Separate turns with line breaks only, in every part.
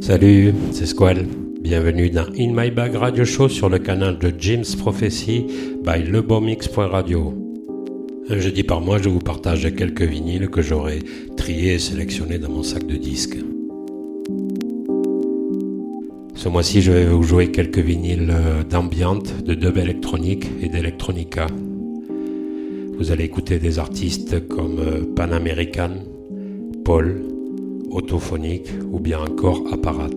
Salut, c'est Squall. Bienvenue dans In My Bag Radio Show sur le canal de Jim's Prophecy by lebomix.radio. Un jeudi par mois, je vous partage quelques vinyles que j'aurai triés et sélectionnés dans mon sac de disques. Ce mois-ci, je vais vous jouer quelques vinyles d'ambiante, de dub électronique et d'électronica. Vous allez écouter des artistes comme Pan American, Paul, Autophonique ou bien encore Apparat.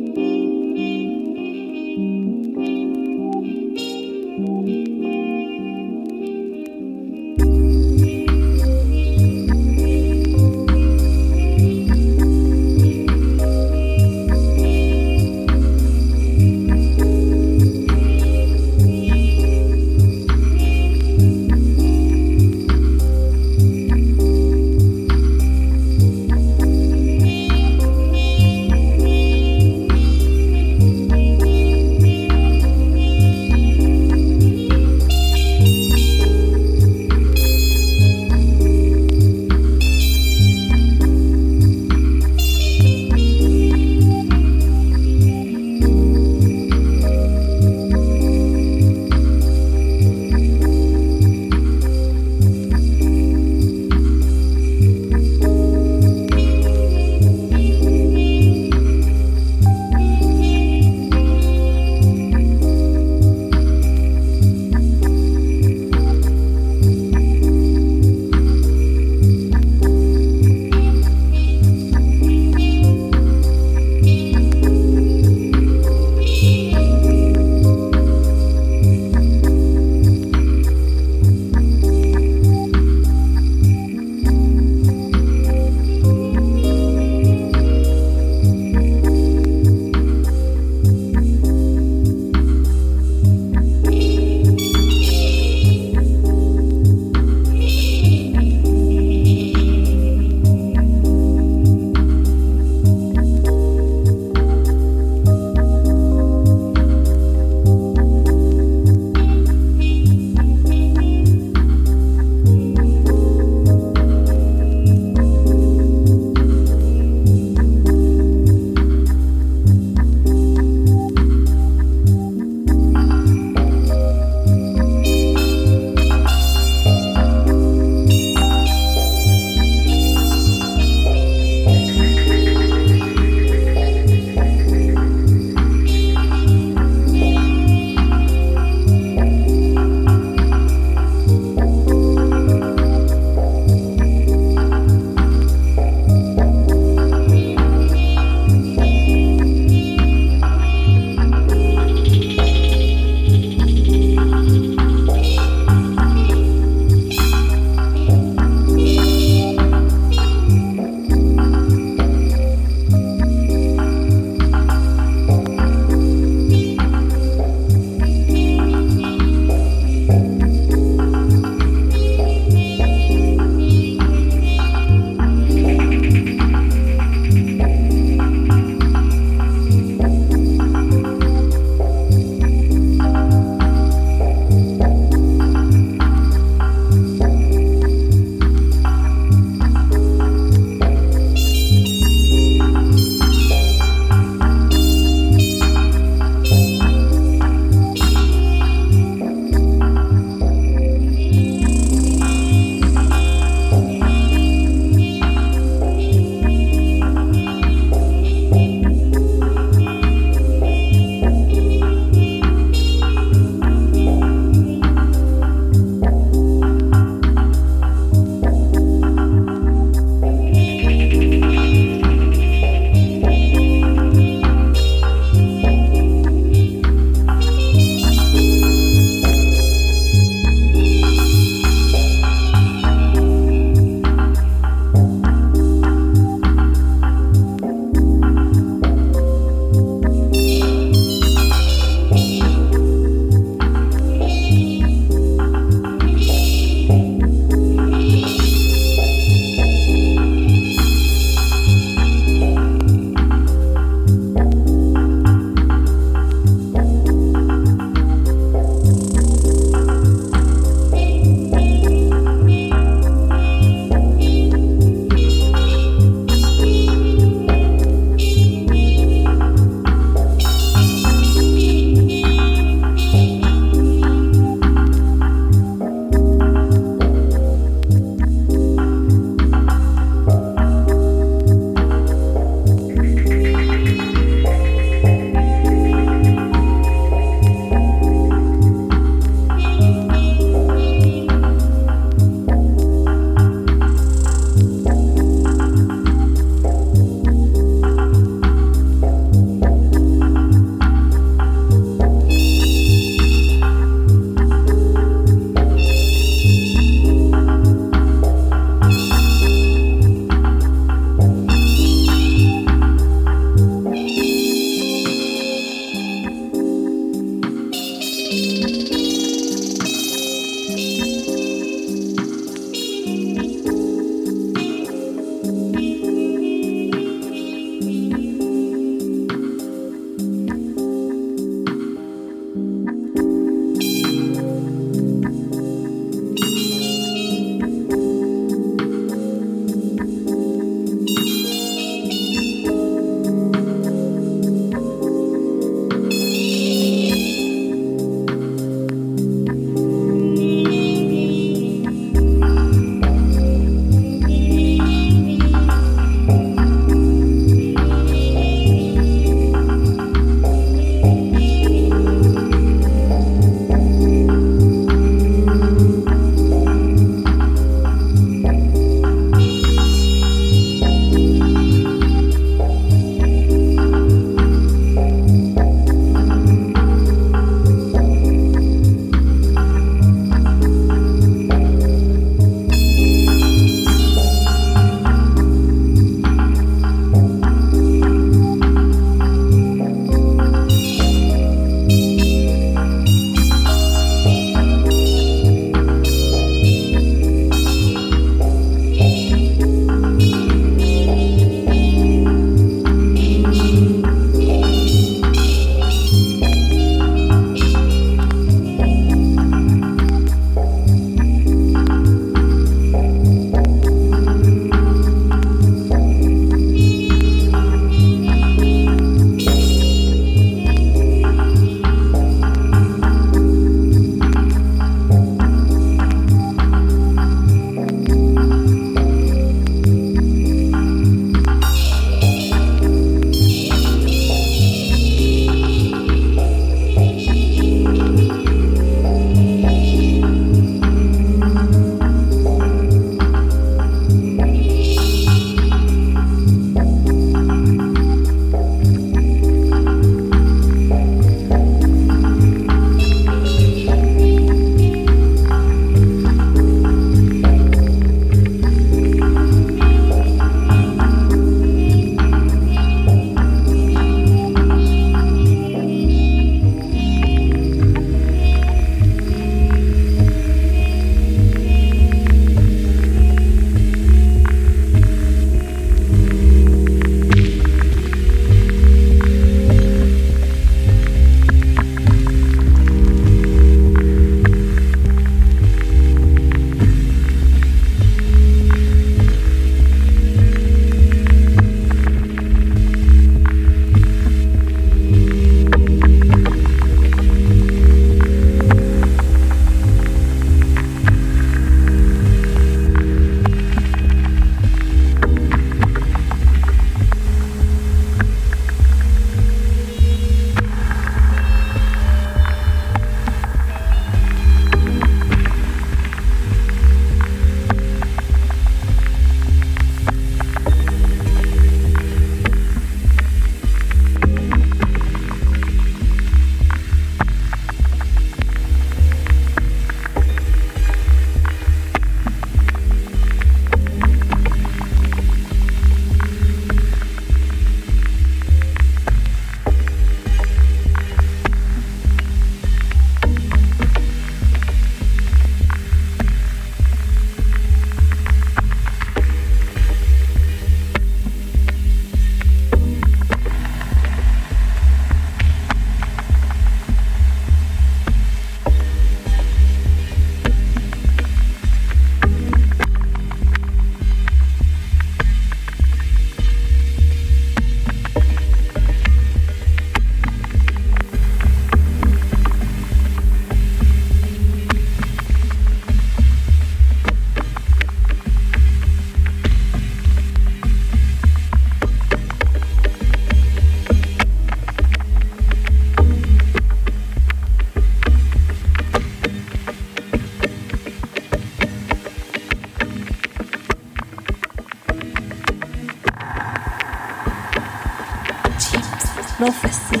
prophecy.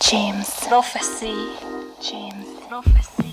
James.
Prophecy.
James.
Prophecy.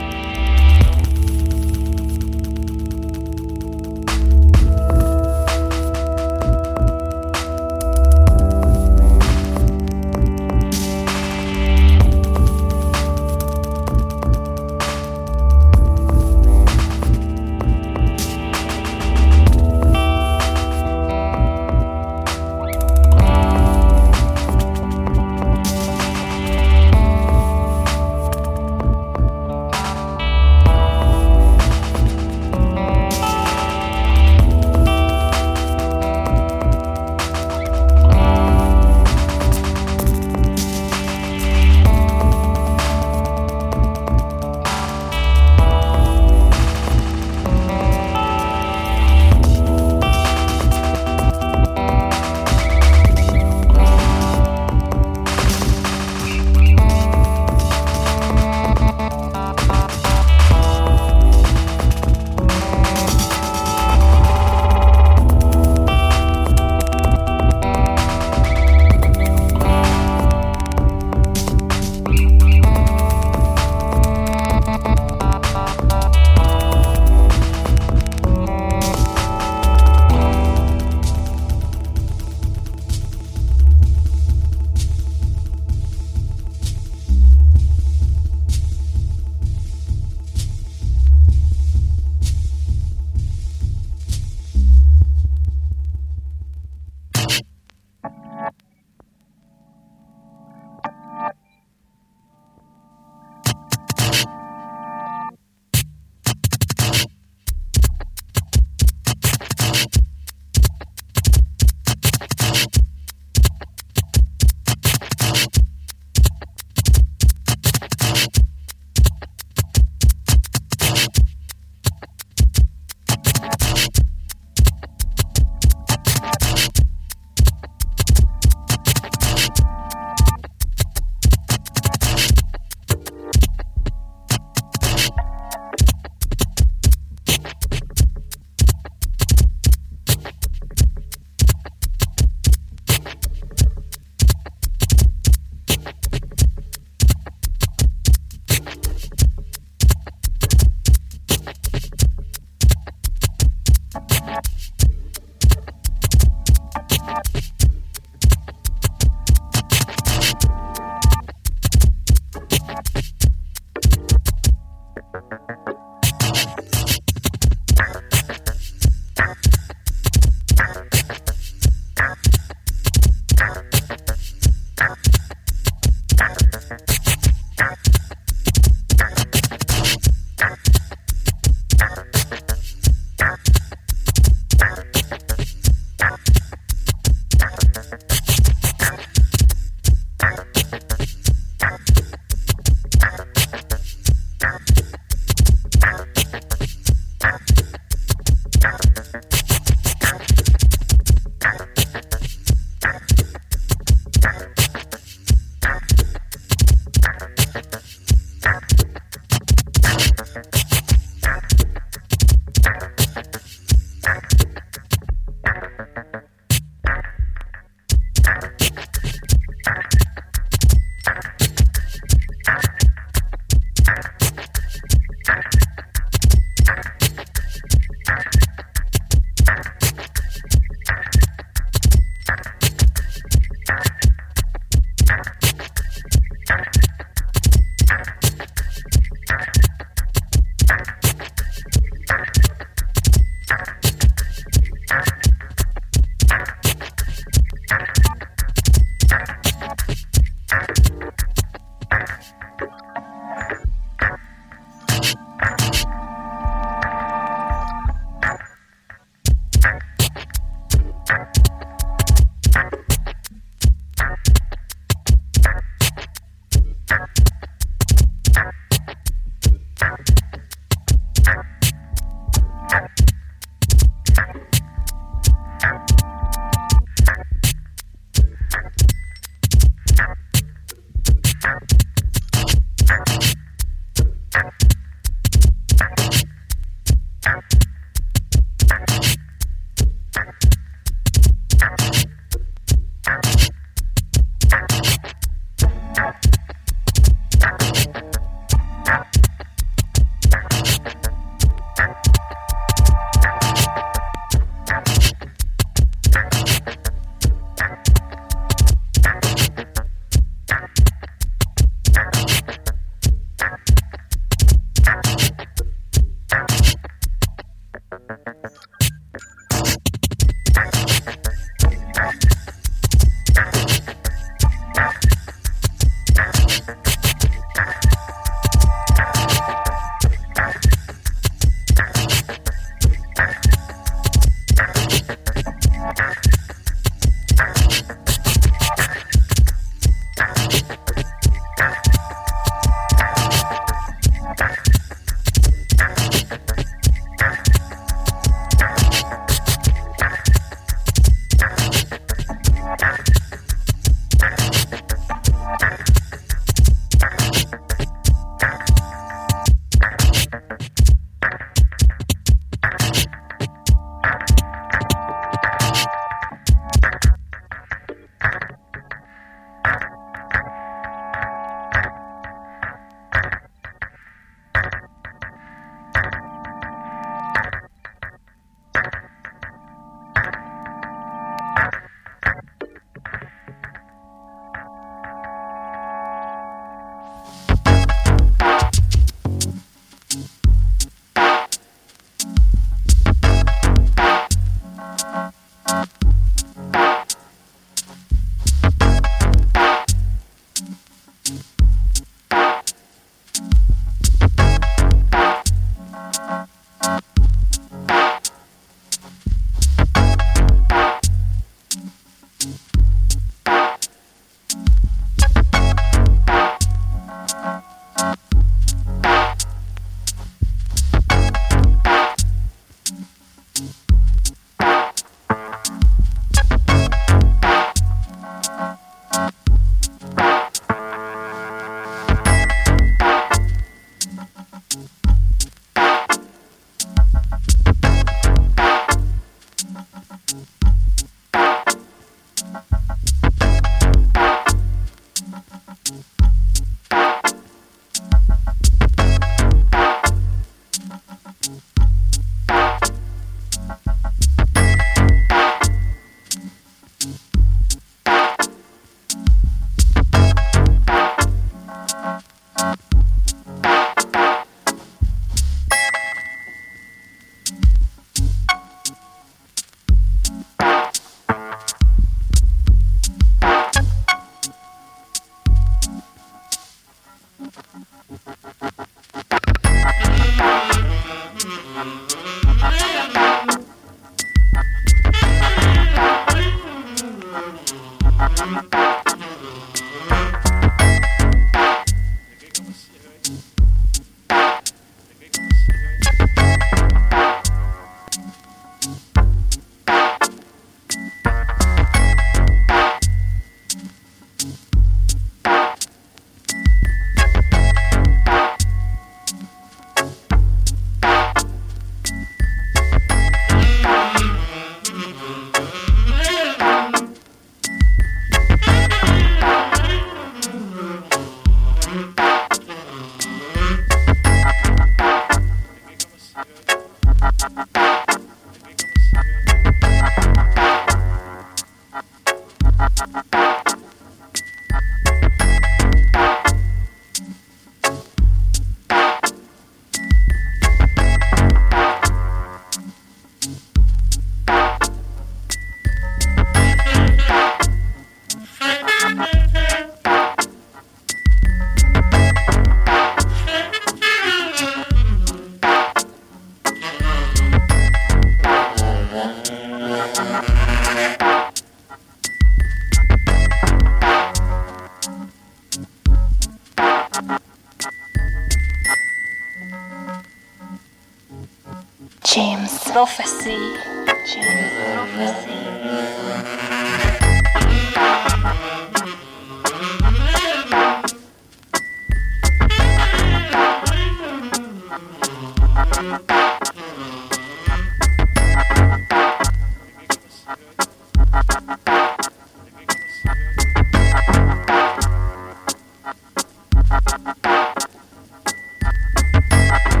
Thank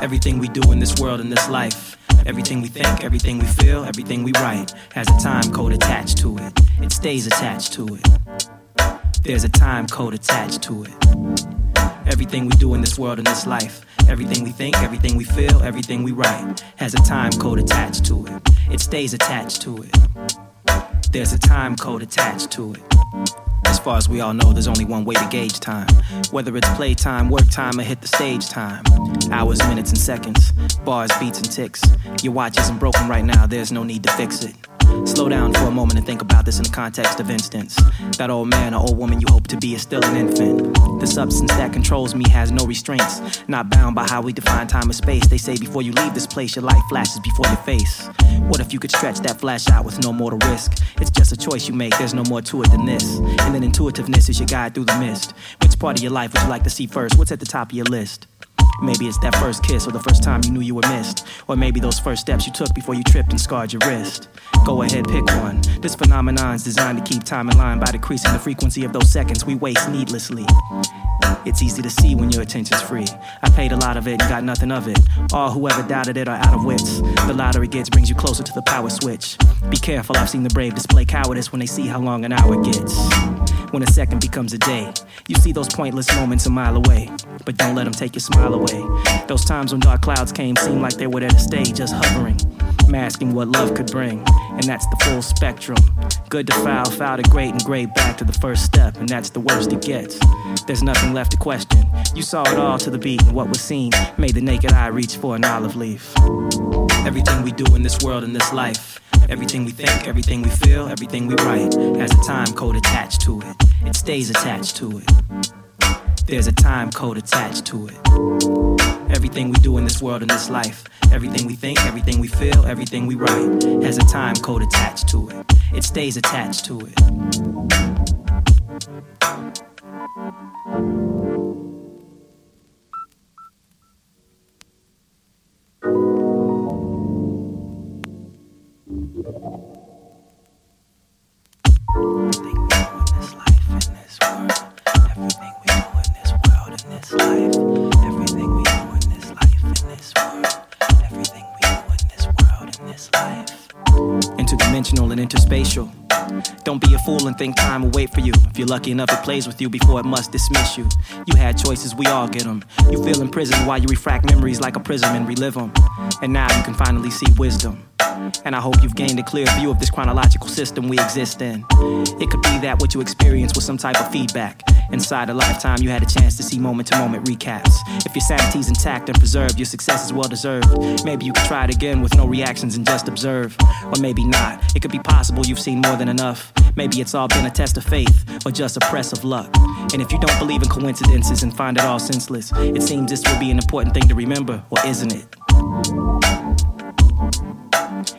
Everything we do in this world, in this life, Everything we think, everything we feel, everything we write has a time code attached to it. It stays attached to it. There's a time code attached to it. Everything we do in this world and this life, everything we think, everything we feel, everything we write has a time code attached to it. It stays attached to it. There's a time code attached to it. As far as we all know, there's only one way to gauge time. Whether it's playtime, work time, or hit the stage time. Hours, minutes, and seconds. Bars, beats, and ticks. Your watch isn't broken right now, there's no need to fix it. Slow down for a moment and think about this in the context of instance. That old man or old woman you hope to be is still an infant. The substance that controls me has no restraints. Not bound by how we define time or space. They say before you leave this place, your life flashes before your face. What if you could stretch that flash out with no mortal risk? It's just a choice you make, there's no more to it than this. And then intuitiveness is your guide through the mist. Which part of your life would you like to see first? What's at the top of your list? Maybe it's that first kiss or the first time you knew you were missed. Or maybe those first steps you took before you tripped and scarred your wrist. Go ahead, pick one. This phenomenon's designed to keep time in line by decreasing the frequency of those seconds we waste needlessly. It's easy to see when your attention's free. I paid a lot of it and got nothing of it. All whoever doubted it are out of wits. The lottery gets brings you closer to the power switch. Be careful, I've seen the brave display cowardice when they see how long an hour gets. When a second becomes a day, you see those pointless moments a mile away. But don't let them take your smile away. Those times when dark clouds came seemed like they were there to stay, just hovering, masking what love could bring. And that's the full spectrum. Good to foul, foul to great, and great back to the first step. And that's the worst it gets. There's nothing left to question. You saw it all to the beat, and what was seen made the naked eye reach for an olive leaf. Everything we do in this world and this life, everything we think, everything we feel, everything we write, has a time code attached to it. It stays attached to it. There's a time code attached to it. Everything we do in this world and this life, everything we think, everything we feel, everything we write, has a time code attached to it. It stays attached to it. and interspatial. Don't be a fool and think time will wait for you. If you're lucky enough, it plays with you before it must dismiss you. You had choices, we all get them. You feel imprisoned while you refract memories like a prism and relive them. And now you can finally see wisdom. And I hope you've gained a clear view of this chronological system we exist in. It could be that what you experience was some type of feedback. Inside a lifetime, you had a chance to see moment to moment recaps. If your sanity's intact and preserved, your success is well deserved. Maybe you could try it again with no reactions and just observe. Or maybe not. It could be possible you've seen more than enough. Maybe it's all been a test of faith or just a press of luck. And if you don't believe in coincidences and find it all senseless, it seems this will be an important thing to remember, or isn't it?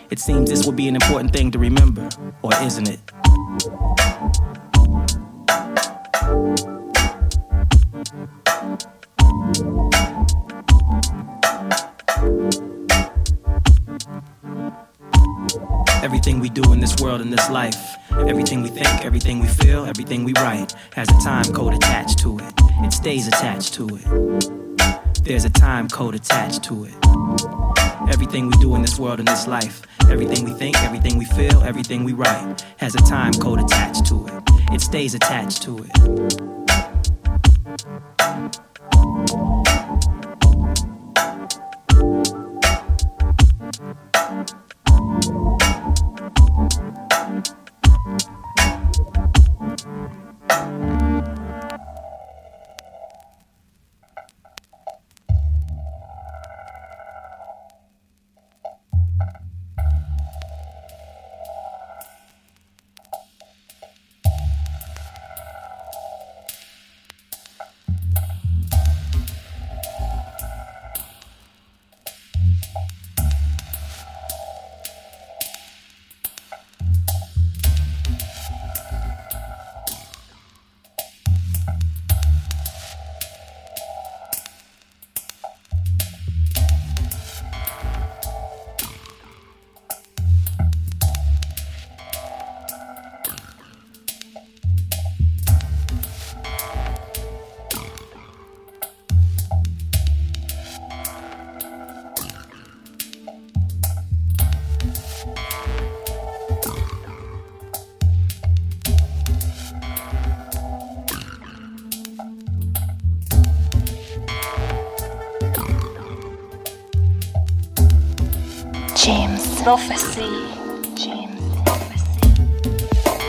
It seems this would be an important thing to remember, or isn't it? Everything we do in this world and this life, everything we think, everything we feel, everything we write, has a time code attached to it. It stays attached to it. There's a time code attached to it. Everything we do in this world and this life, everything we think, everything we feel, everything we write, has a time code attached to it. It stays attached to it.
James Prophecy. James Prophecy.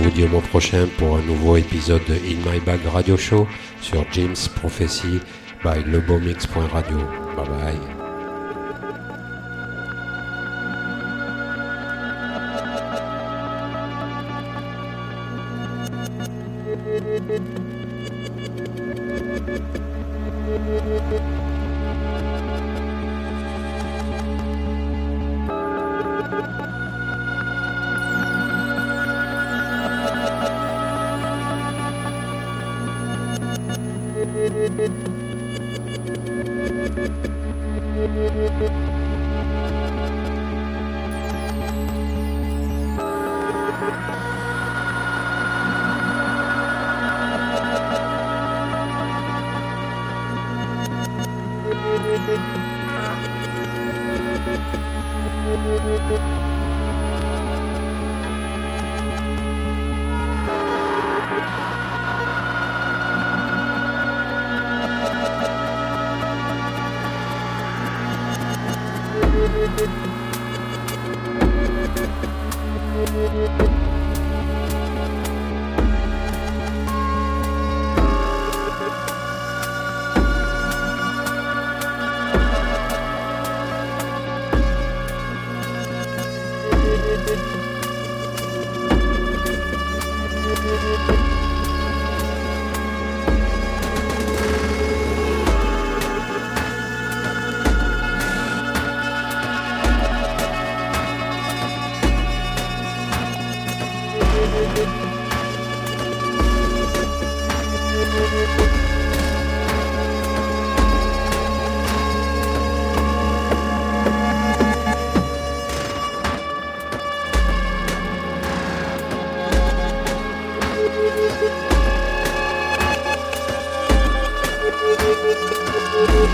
jeudi au mois prochain pour un nouveau épisode de In My Bag Radio Show sur James Prophecy by lebomix.radio. Bye bye.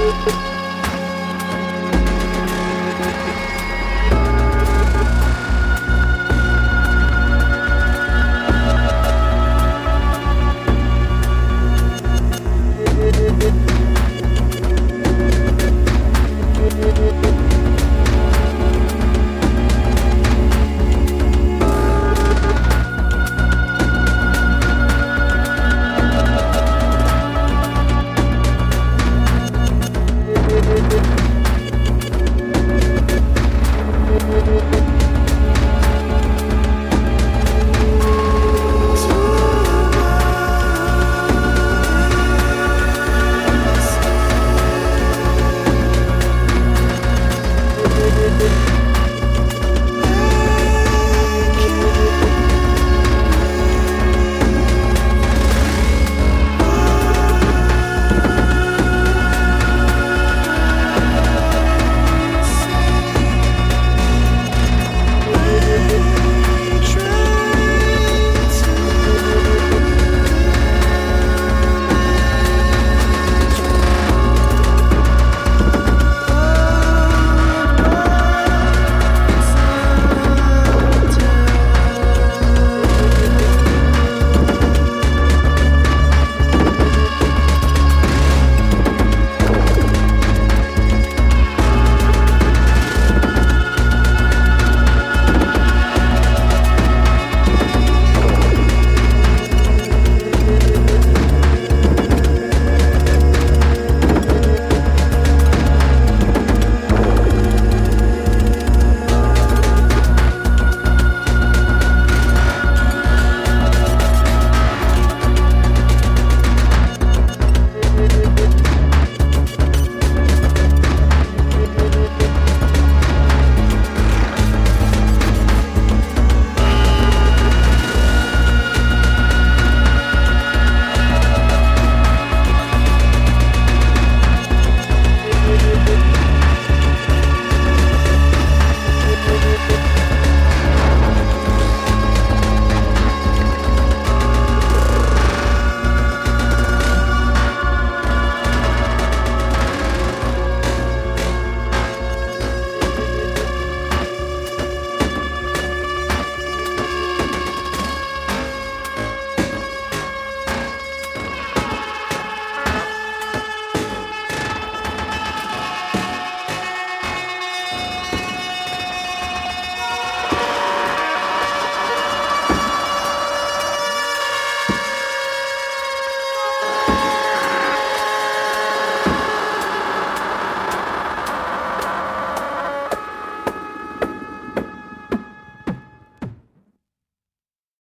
Thank you.